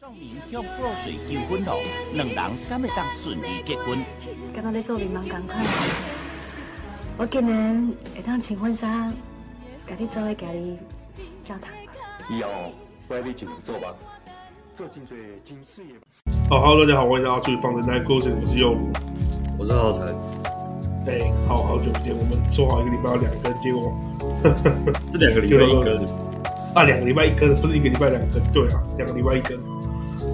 当年向泼水求婚后，两人敢会当顺利结婚？敢若咧做面盲共款。我今年会当穿婚纱，甲你做伙家己教堂。以后我要进做吧，做真多真水的。好，Hello，大家好，欢迎大家最棒的 Night Closing，我是右鲁。我是浩辰，哎，哦好好久不见，我们说好一个礼拜要两更，结果 这两个礼拜一更，啊两个礼拜一更，不是一个礼拜两更，对啊，两个礼拜一更。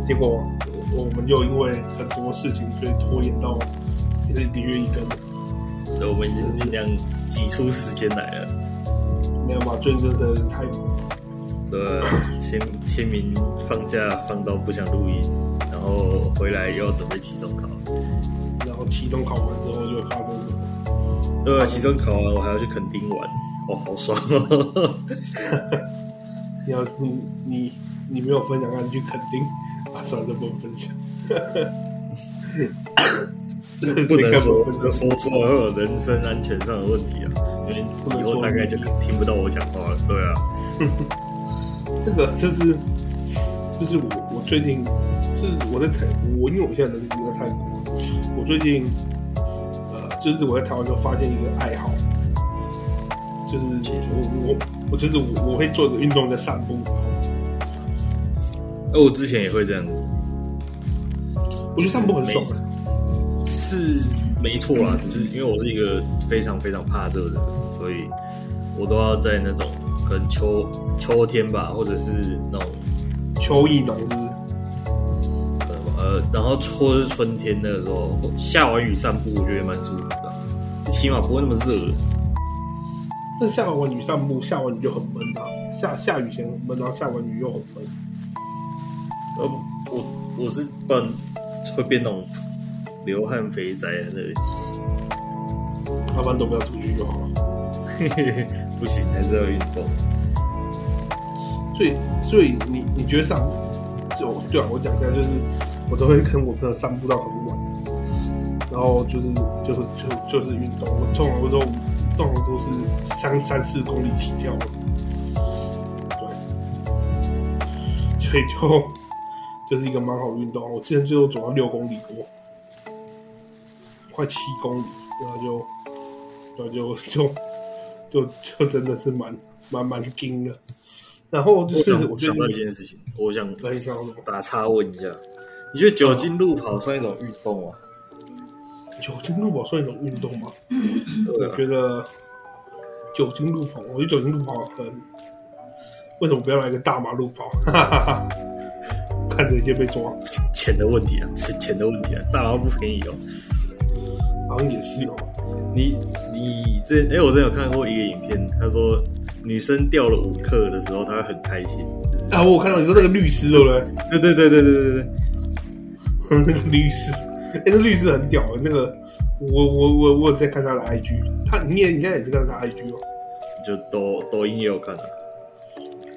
结果我我们又因为很多事情，所以拖延到也是一个月一更，对，我们已经尽量挤出时间来了。没有吧？最近真的太忙了呃，签签名放假放到不想录音，然后回来又要准备期中考。然后期中考完之后就发生什么？对啊，期中考完我还要去垦丁玩，哦，好 爽哦！你要你你你没有分享啊？你去垦丁啊？算了，都不能分享。 不能说不不能能说说错，会有人身安全上的问题啊，因为以后大概就听不到我讲话了。对啊，这个就是就是我我最近就是我在泰我因为我现在人在泰国，我最近呃就是我在台湾就发现一个爱好，就是我我我就是我我会做个运动在散步，哦，我之前也会这样，我觉得散步很爽没。是没错啦，只是因为我是一个非常非常怕热的人，所以我都要在那种可能秋秋天吧，或者是那种秋意浓是不是？呃，然后或是春天那个时候，下完雨散步，我觉得蛮舒服的，起码不会那么热。但下完雨散步，下完雨就很闷啊，下下雨前很闷，然后下完雨又很闷。呃，我我是不然会变那种流汗肥宅的那种，要不然都不要出去就好了。 不行，还是要运动。所以，所以你你觉得散步，就对啊，我讲一下，就是我都会跟我朋友散步到很晚，然后就是就是就就是运动，我通常我都通常都是三三四公里起跳的，对，所以就就是一个蛮好的运动。啊我之前最后走到六公里过，快七公里，然后就然后就就就就真的是蛮蛮蛮惊的。然后就我是想我我最想近到一件事情，我想来你说打岔问一下，你觉得酒精路跑算一种运动吗？酒精路跑算一种运动吗？对嗯我啊，觉得酒精路跑，我觉得酒精路跑很，为什么不要来个大马路跑？ 看着一些被抓，钱的问题啊，钱钱的问题啊，大麻不便宜哦。好像也是哦。你你这哎、我之前有看过一个影片，他说女生掉了五克的时候，她会很开心，就是啊，我有看到你说那个律师对不对？ 对对对对对对对，那个律师，哎、那律师很屌欸。那个，我我我我有在看他的 IG，他你也你应该也是看他的 IG 哦。就抖抖音也有看啊，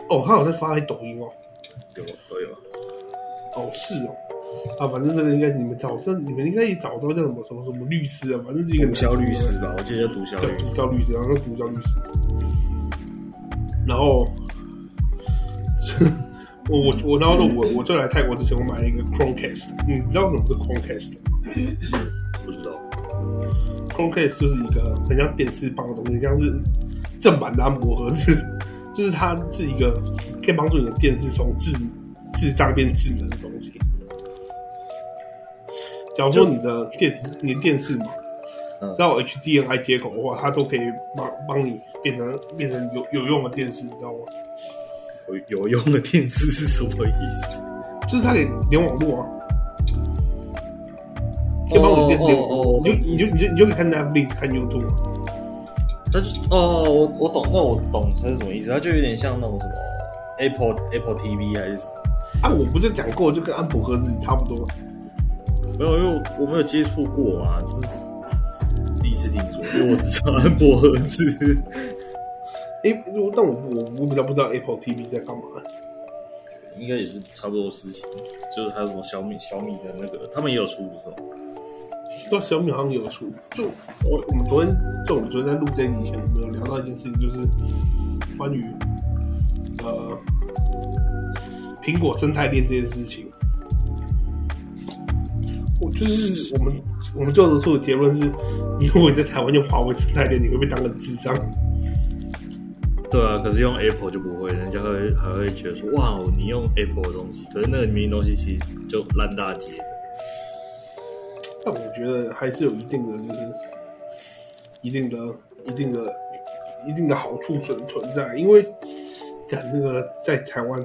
哦，他有在发在抖音哦。有都有啊。哦，是哦。啊，反正这个应该你们找，像你们应该也找到叫什么什么什么律师啊，反正是一个毒枭律男生师吧，我记得叫毒枭对，律独师。教律师，然后独教律师，然后 我我我然后呢，我我就来泰国之前，我买了一个 Chromecast，你知道什么是 Chromecast 吗不知道， ？Chromecast 就是一个很像电视棒的东西，像是正版的安博盒子， 就是它是一个可以帮助你的电视从智智障变智能的东西。假如说你的电你的电视嘛，嗯只要有 HDMI 接口的话，它都可以帮帮你变成变成有有用的电视，你知道吗？有有用的电视是什么意思？就是它可以连网络啊，可以帮哦我连连网络，你就你就你就你就可以看 Netflix 看 YouTube 啊。他就哦，我我懂，那我懂它是什么意思，它就有点像那种什么 Apple Apple TV 还是什么。啊，我不就讲过，就跟安博盒子差不多。没有，因为我没有接触过嘛，就是第一次听说，因为我只知道安博盒子。哎、我但我我我比较不知道 Apple TV 在干嘛。 应该也是差不多的事情，就是还有什么小米、小米的那个，他们也有出不是吗？到小米好像有出，就我我们昨天就我们昨天在录这一集以前，我们有聊到一件事情，就是关于呃苹果生态链这件事情。我就是我们我们最后得出的结论是，以后你在台湾用华为生态链，你会被当成智障。对啊，可是用 Apple 就不会，人家会还会觉得说哇，哦你用 Apple 的东西，可是那个明明东西其实就烂大街。但我觉得还是有一定的，就是一定的、一定的、一定的好处存存在，因为讲那个在台湾，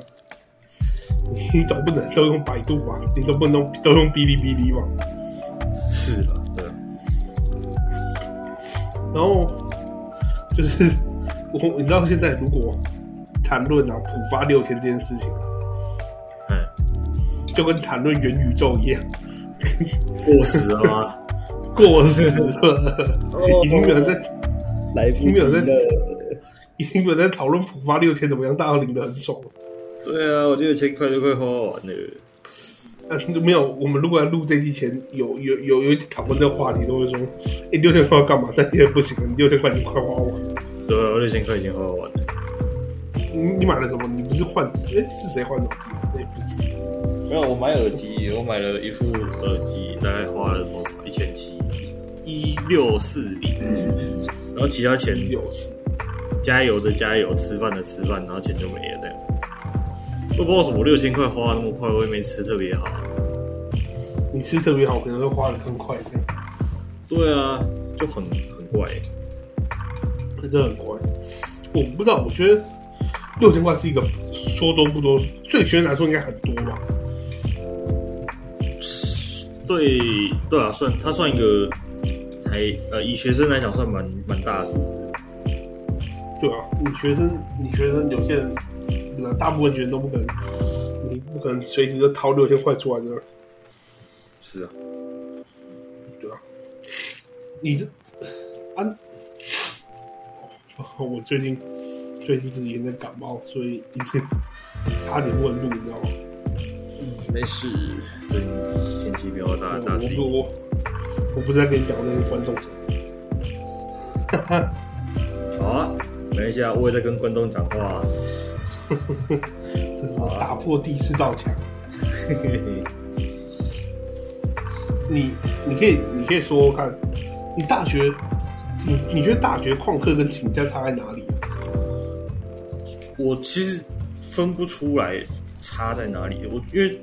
你 总不能都用百度吧，你都不能都用哔哩哔哩吧。是啦，对啊，然后就是我，你知道现在如果谈论啊浦发六千这件事情啊，哎，就跟谈论元宇宙一样，过时了 吗？过时了，已经没有人在来不及及了了。已经没有人在讨论浦发六千怎么样，大家都领得很爽了。对啊，我觉得千块都快花完了。呃，没有，我们如果要录这期前有有有有讨论这个话题，都会说，哎，六千块要干嘛？但现在不行了，你六千块已经快花完了。对啊，六千块已经花完了。你你买了什么？你不是换？哎，是谁换手机？也不是。没有，我买耳机，我买了一副耳机，大概花了多少？一千七，嗯一六四零。然后其他钱六十。加油的加油，吃饭的吃饭，然后钱就没了这样。我不知道为什么六千块花得那么快，我也没吃特别好。你吃特别好，可能会花的更快，这样对啊，就很很怪、真的很快。我不知道，我觉得六千块是一个说多不多，对学生来说应该很多吧。对对啊，算它算一个还呃，以学生来讲算蛮蛮大的数字。对啊，你学生，你学生有些人，呃大部分学生都不可能，你不可能随时就掏六千块出来的。是啊，对啊，你这啊，我最近最近自己也在感冒，所以已经差点问路，你知道吗？没事，对天气比较大，啊大自己我我我我不是在跟你讲，我在跟观众讲。好啊。等一下，我也在跟观众讲话、 啊。这是什么打破第四道墙。你你可以你可以说说看，你大学你你觉得大学旷课跟请假差在哪里、啊？我其实分不出来差在哪里，我因为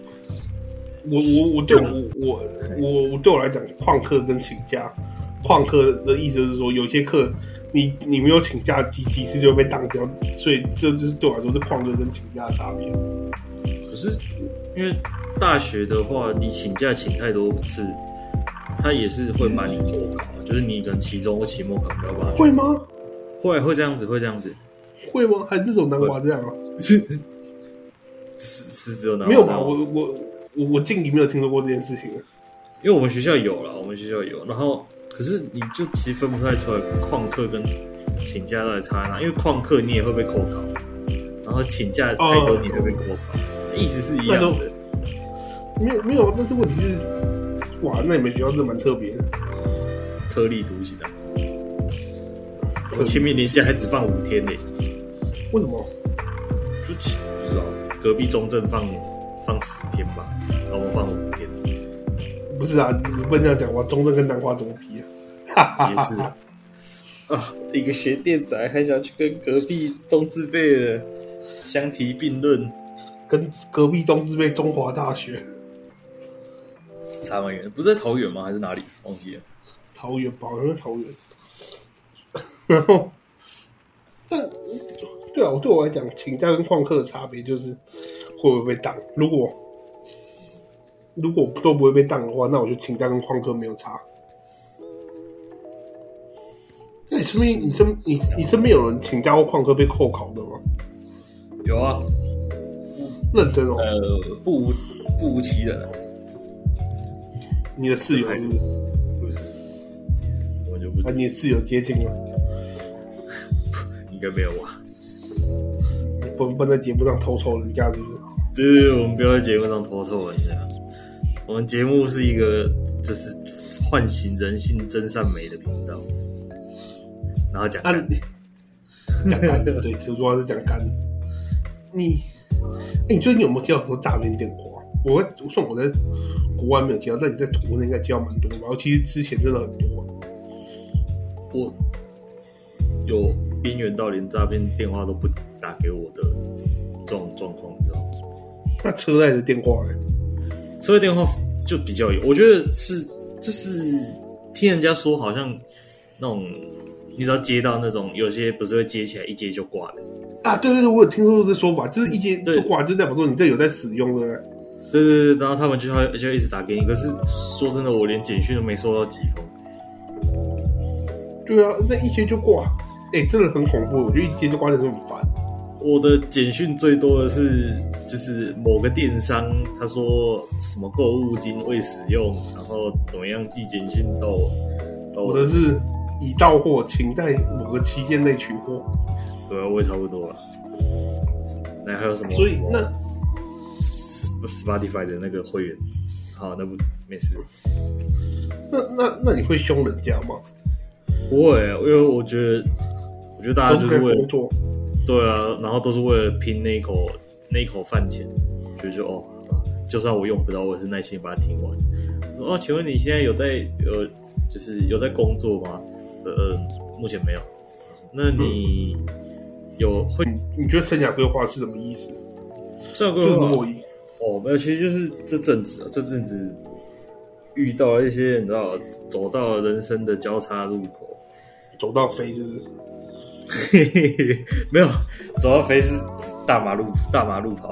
我我我对我我我我对我来讲，旷课跟请假，旷课的意思就是说，有些课你你没有请假几几次就被当掉，所以这就是对我来说是旷课跟请假的差别。可是因为大学的话，你请假请太多次，他也是会把你扣考啊，就是你可能期中或期末考没有办法，会吗？会会这样子，会这样子，会吗？还是这种南瓜这样啊？是是是只有拿没有吧？我我我我近里没有听说过这件事情啊。因为我们学校有了，我们学校有，然后可是你就其实分不太出来旷课跟请假到底差在哪，因为旷课你也会被扣考，然后请假太多你也会被扣考，意思是一样那的。没有没有啊，但是问题是，哇，那你们学校真的蛮特别的。特立独行啊！我清明年假还只放五天呢、为什么？就其不知道啊隔壁中正放放十天吧，然后我们放五天，不是啊，你不能这样讲哇，中正跟南瓜怎么比啊？哈哈也哈是哈。 啊，一个学电仔还想去跟隔壁中字辈的相提并论，跟隔壁中是被中华大学、差蛮远，不是在桃园吗？还是哪里？忘记了。桃园吧，好像是桃园。 然后，但对啊，对我来讲，请假跟旷课的差别就是会不会被当。如果如果都不会被当的话，那我就请假跟旷课没有差。那你身边，你身你你身边有人请假或旷课被扣考的吗？有啊，认真哦，呃，不无不无其人啊，你的室友是不是不是，我就不啊，你的室友接近了，应该没有吧。不不能在节目上偷抽人家是不是？就是我们不要在节目上偷臭人家。我们节目是一个就是唤醒人性真善美的频道，然后讲啊，干你讲干的，对，主要是讲干的。你，哎、你最近有没有接到很多诈骗电话？我在我算我在国外没有接到，但你在国内应该接到蛮多吧？其实之前真的很多、啊，我有边缘到连诈骗电话都不打给我的这种状况，你知道吗？那车贷的电话嘞、所以电话就比较有，我觉得是就是听人家说，好像那种你只要接到那种有些不是会接起来一接就挂的，啊，对对对，我有听说过这说法，就是一接就挂，就代表说你这有在使用的。对对对，然后他们就要就一直打给你，可是说真的，我连简讯都没收到几封，对啊，那一接就挂，哎、真的很恐怖，我觉得一接就挂真的很烦。我的简讯最多的是就是某个电商他说什么购物金未使用，然后怎么样寄简讯到我，到我的是已到货，请在某个期间内取货。对啊，我也差不多了。那还有什么？所以那 Spotify 的那个会员，好，那不没事，那那那你会凶人家吗？不会，因为我觉得，我觉得大家都就是是在为了工作，对啊，然后都是为了拼那一口那一口饭钱，觉得就哦，好吧就算我用不到，我也是耐心把它听完。哦，请问你现在有在呃，就是有在工作吗？呃，呃目前没有。那你有会你觉得生涯规划是什么意思？算过就吗如果以哦，没有，其实就是这阵子啊，这阵子遇到了一些你知道，走到了人生的交叉路口， 走到飞是不是？ 嘿嘿嘿，没有走到肥是大马路大马路跑，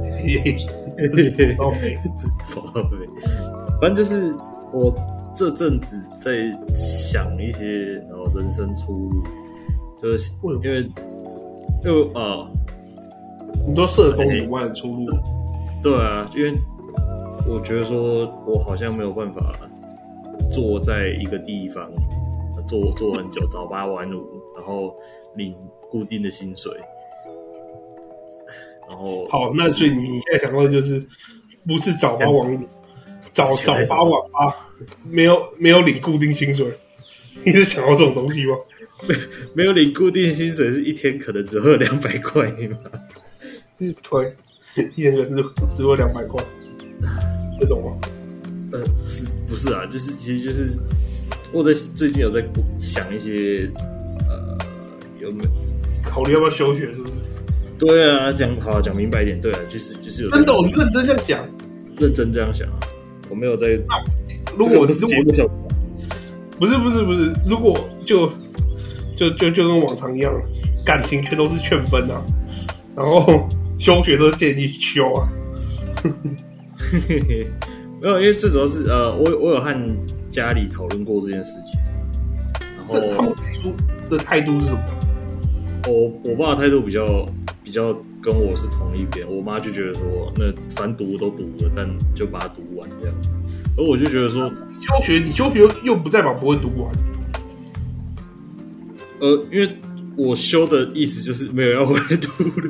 嘿嘿嘿嘿嘿走到 飞，跑到肥，反正就是我这阵子在想一些然后人生出路，就是为什么因为因为啊、你都社工以外的出路，对啊，因为我觉得说我好像没有办法坐在一个地方呃坐坐很久，早八晚五，然后领固定的薪水，然后好，那所以你现在想到的就是，不是早八晚五，早早八晚八，没有没有领固定薪水， 你是想到这种东西吗？没有领固定薪水，是一天可能只会有两百块嘛。对，一人只只有两百块，这种吗？呃，是不是啊？就是其实就是我在最近有在想一些呃有没有考虑要不要休学？是不是？对啊讲好讲明白一点，对啊，就是就是有在真的，我认真这样讲。认真这样想啊，我没有在如果如这个不是节目果效果。不是不是不是，如果就就就就跟往常一样，感情全都是劝分啊，然后休学都是建议休啊。嘿嘿， 没有，因为最主要是呃，我有我有和家里讨论过这件事情，然后这他们提出的态度是什么？我我爸的态度比较比较跟我是同一边，我妈就觉得说，那反正读都读了，但就把它读完这样子，而我就觉得说，休学，你休学又不代表不会读完。呃，因为我修的意思就是没有要回来读了，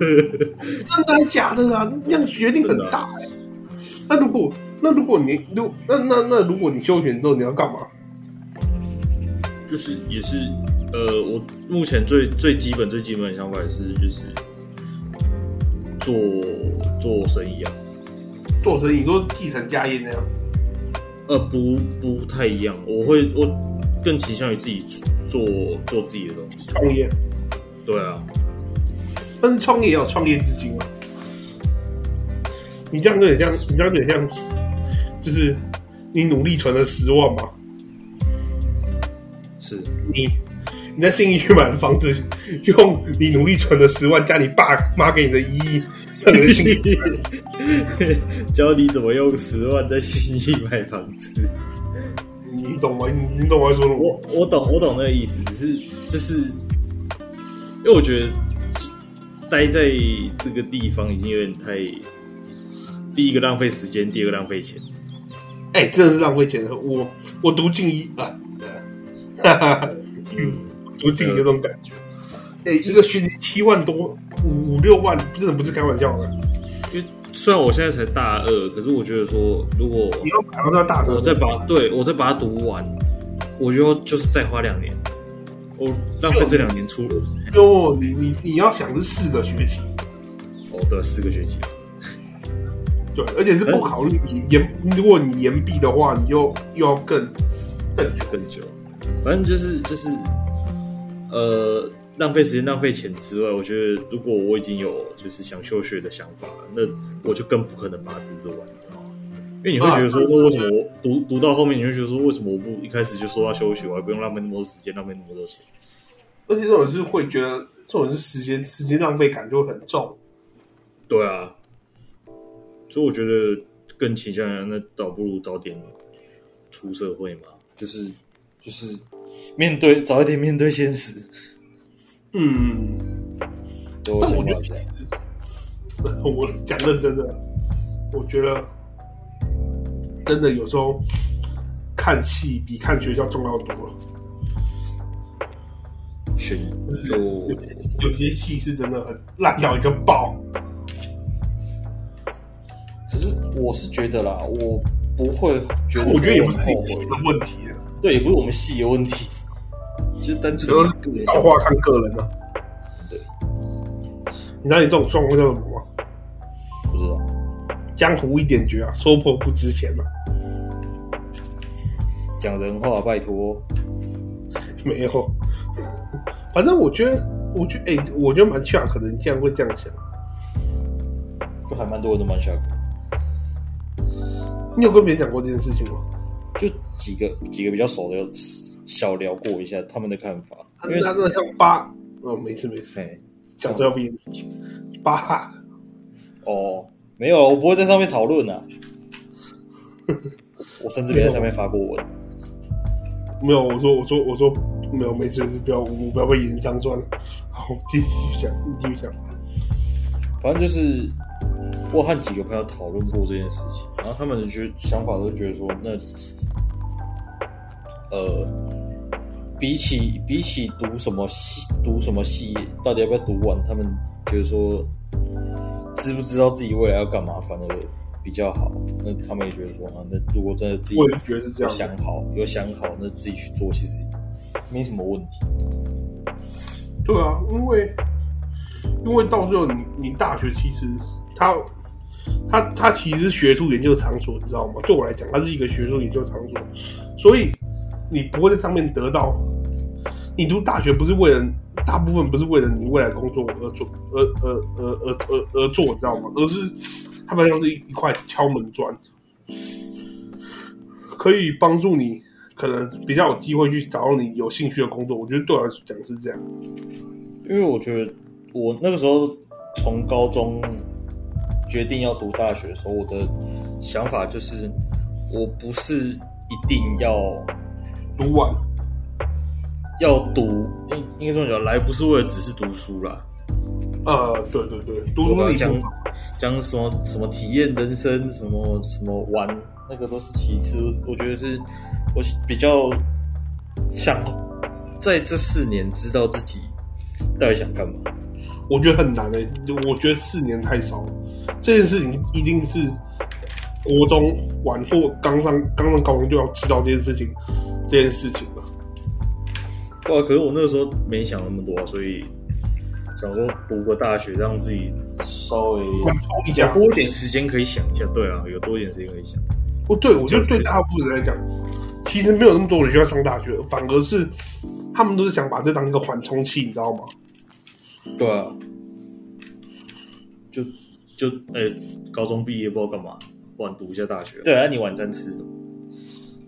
真的还假的啊？那样决定很大、欸。那如果那如果你如那那那如果你休学之后你要干嘛？ 就是也是呃，我目前最最基本最基本的想法也是就是做做生意啊，做生意，说继承家业那样。呃，不不太一样，我会我更倾向于自己做做自己的东西。创业，对啊，但是创业也有创业资金啊。你这样就很像，你这样就很像，就是你努力存了十万嘛，是 你你在信义区买的房子，用你努力存的十万加你爸妈给你的一亿，让你的信义 区买教你怎么用十万在新义买房子。你懂吗？你你懂我在说什我么？我懂我懂那个意思，只是就是因为我觉得待在这个地方已经有点太，第一个浪费时间，第二个浪费钱。哎、真的是浪费钱了。我我读进一啊，哈哈，嗯， 读进一这种感觉。哎、一个学期七万多，五五六万，真的不是开玩笑的。因为虽然我现在才大二，可是我觉得说如果你要买到那大车，我再把对我再把它读完，我就就是再花两年，我浪费这两年出哟，你你你要想是四个学期，啊哦，对，四个学期，对，而且是不考虑你延，如果你延毕的话，你就又要更更久。更久。反正就是就是，呃，浪费时间、浪费钱之外，我觉得如果我已经有就是想休学的想法了，那我就更不可能把它读得完，你知道吗？因为你会觉得说，啊那为什么我读读到后面，你会觉得说，为什么我不一开始就说要休学，我还不用浪费那么多时间，浪费那么多钱？而且这种是会觉得，这种是时间时间浪费感就会很重。对啊，所以我觉得更倾向于那倒不如早点出社会嘛，就是就是面对早一点面对现实。嗯，对我但想我觉法得是这其样实， 我讲认真的，我觉得真的有时候看戏比看学校重要多了。选就有有些戏是真的很烂到一个爆。可是我是觉得啦，我不会觉得，我觉得也不是后你自己悔的，问题啊，对，也不是我们系有问题，就是单纯可能个人造想化法。看个人啊。对，你知道你这种状况叫什么吗？不知道，江湖一点绝啊，说破不值钱啊。讲人话，拜托。 没有， 反正我觉得，我觉得，哎、我觉得蛮恰，可能这样会这样想。就还蛮多人都蛮 shock，你有跟别人讲过这件事情吗？就几个几个比较熟的有小聊过一下他们的看法，因为那那像八，哦，没事没事，哎讲这边八， 哦没有，我不会在上面讨论啊，我甚至没在上面发过文。没有，我说我说我说没有没事，就是不要我不要被延上算了。好，继续讲，你继续讲。反正就是我和几个朋友讨论过这件事情，然后他们的觉想法都觉得说，那呃，比起比起读什么系读什么系，到底要不要读完，他们觉得说，知不知道自己未来要干嘛，反而比较好。那他们也觉得说啊，那如果真的自己我也觉得是这样有想好，有想好，那自己去做，其实没什么问题。对啊，因为因为到最后你你大学其实它它它其实是学术研究场所，你知道吗？对我来讲，它是一个学术研究场所，所以你不会在上面得到。你读大学不是为了大部分不是为了你未来工作而做而而而而而而做，你知道吗？而是它们像是一一块敲门砖，可以帮助你可能比较有机会去找到你有兴趣的工作。我觉得对我来讲是这样。因为我觉得我那个时候从高中决定要读大学的时候，我的想法就是，我不是一定要读完，要读，应应该这么讲，来不是为了只是读书啦，呃，对对对，读我书是刚刚一部讲分，讲什么什么体验人生，什么什么玩，那个都是其次。我觉得是我比较想在这四年知道自己到底想干嘛。我觉得很难诶、我觉得四年太少了，这件事情一定是国中完或刚上刚上高中就要知道这件事情，这件事情了。对、啊，可是我那个时候没想那么多、啊所以想说读个大学，让自己稍微缓冲一下，多一点时间可以想一下。对啊，有多一点时间可以想。不哦对，我觉得对大部分人来讲，其实没有那么多人需要上大学，反而是他们都是想把这当一个缓冲器，你知道吗？对啊，就就哎、高中毕业不知道干嘛，晚读一下大学。对啊，你晚餐吃什 么？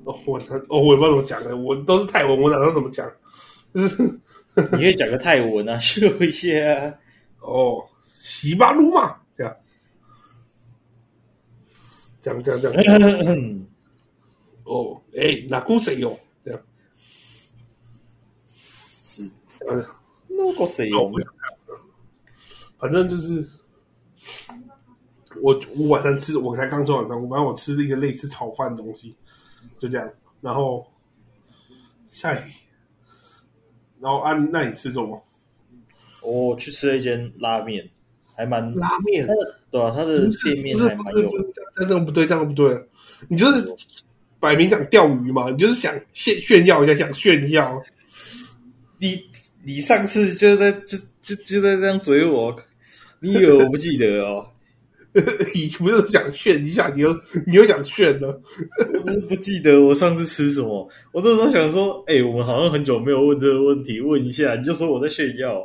哦，我哦，我也不知道怎么讲诶、我都是泰文，我哪知道怎么讲？就是你可以讲个泰文啊， 秀一下、 啊。哦，洗巴鲁嘛，这样，这样这样这哎样。哦，哎、哪股谁有？这样，是呃，那个谁那我不想反正就是我我晚上吃，我才刚吃晚上，反正我吃了一个类似炒饭的东西，就这样。然后下一，然后啊，那你吃什么？我去吃了一间拉面，还蛮拉面它。的对啊，它的店面不是还不蛮是有不是，这样不对，这样不对。你就是摆明想钓鱼嘛，你就是想炫炫耀一下，想炫耀。 你你上次就在就就就在这样嘴我，你以为我不记得哦？你不是想炫，你想你又你又想炫呢？我真的不记得我上次吃什么。我那时候想说，哎、我们好像很久没有问这个问题，问一下，你就说我在炫耀。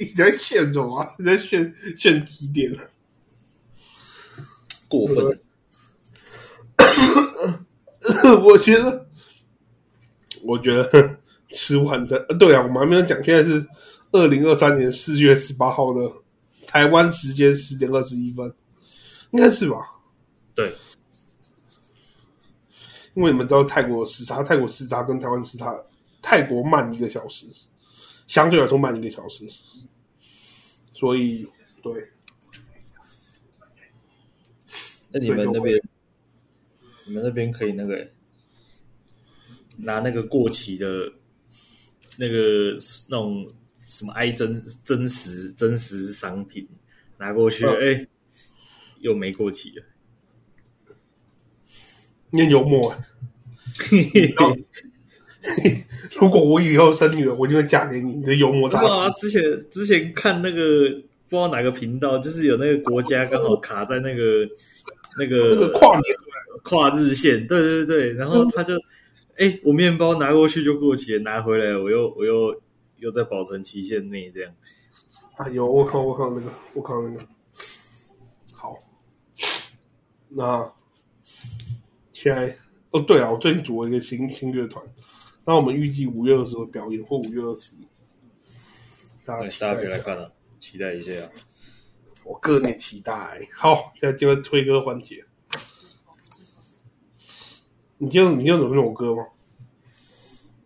你在炫什么啊？你在炫炫几点？啊过分了。 我觉得，我觉得 吃完的，呃对啊，我们还没有讲，现在是二零二三年四月十八号的台湾时间十点二十一分，应该是吧？对，因为你们知道泰国时差，泰国时差跟台湾时差，泰国慢一个小时，相对来说慢一个小时，所以对，那你们那边，你们那边可以那个、拿那个过期的，那个那种什么爱真真实真实商品拿过去，哎、嗯又没过期 了。你很幽默、欸。然后如果我以后生女儿，我就会嫁给你。你的幽默大对啊，师，之前之前看那个不知道哪个频道，就是有那个国家刚好卡在那个那个那个跨嗯年跨日线，对对对，然后他就，哎、我面包拿过去就过期了，拿回来我又我又又在保存期限内这样，哎呦，我靠，我靠那个，我靠那个。好，那现在哦，对啊，我最近组了一个新新乐团，那我们预计五月二十会表演，或五月二十一，大哎家期大家待别一来下。看了、期待一下、啊。我个人也期待。好，现在进入推歌环节。你今天你今天有那种歌吗？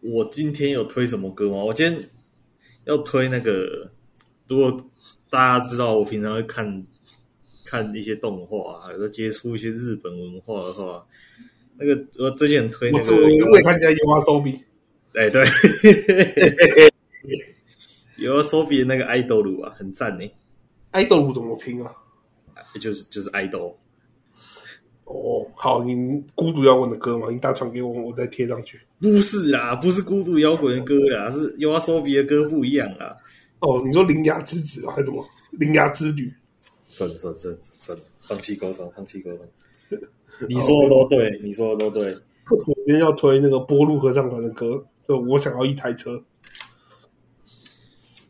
我今天有推什么歌吗？我今天要推那个，如果大家知道我平常会看看一些动画、啊，有时候接触一些日本文化的话，那个我最近很推那我个作，为未参加 U R S O B，哎对， 有啊，Sobi 的那个爱豆乳啊，很赞呢、爱豆舞怎么拼啊？就是就是爱豆，哦，好，你孤独摇滚的歌嘛，你打传给我，我再贴上去。不是啦，不是孤独摇滚的歌啦，是 U R Sobi 的歌不一样啦。哦，你说《铃芽之子》啊，还是什么《铃芽之旅算了算了算了算了，放弃沟通，放弃沟通。你说的都对，你说的都对。》？我今天要推那个波路合唱团的歌，就我想要一台车。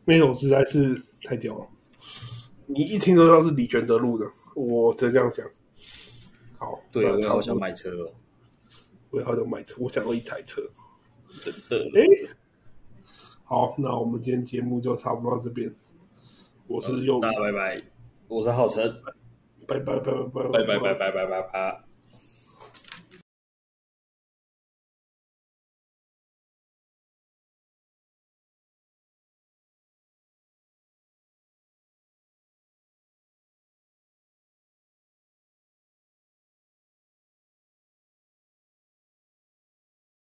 那首实在是太屌了，你一听就知道是李玄德录的，我只能这样讲。好，对，那我也差不好多想，买车哦，我也好想买车，我想要一台车。真的。哎，好，那我们今天节目就差不多到这边。我是右，大家拜拜，我是浩辰，拜拜拜拜拜拜拜拜拜拜拜拜。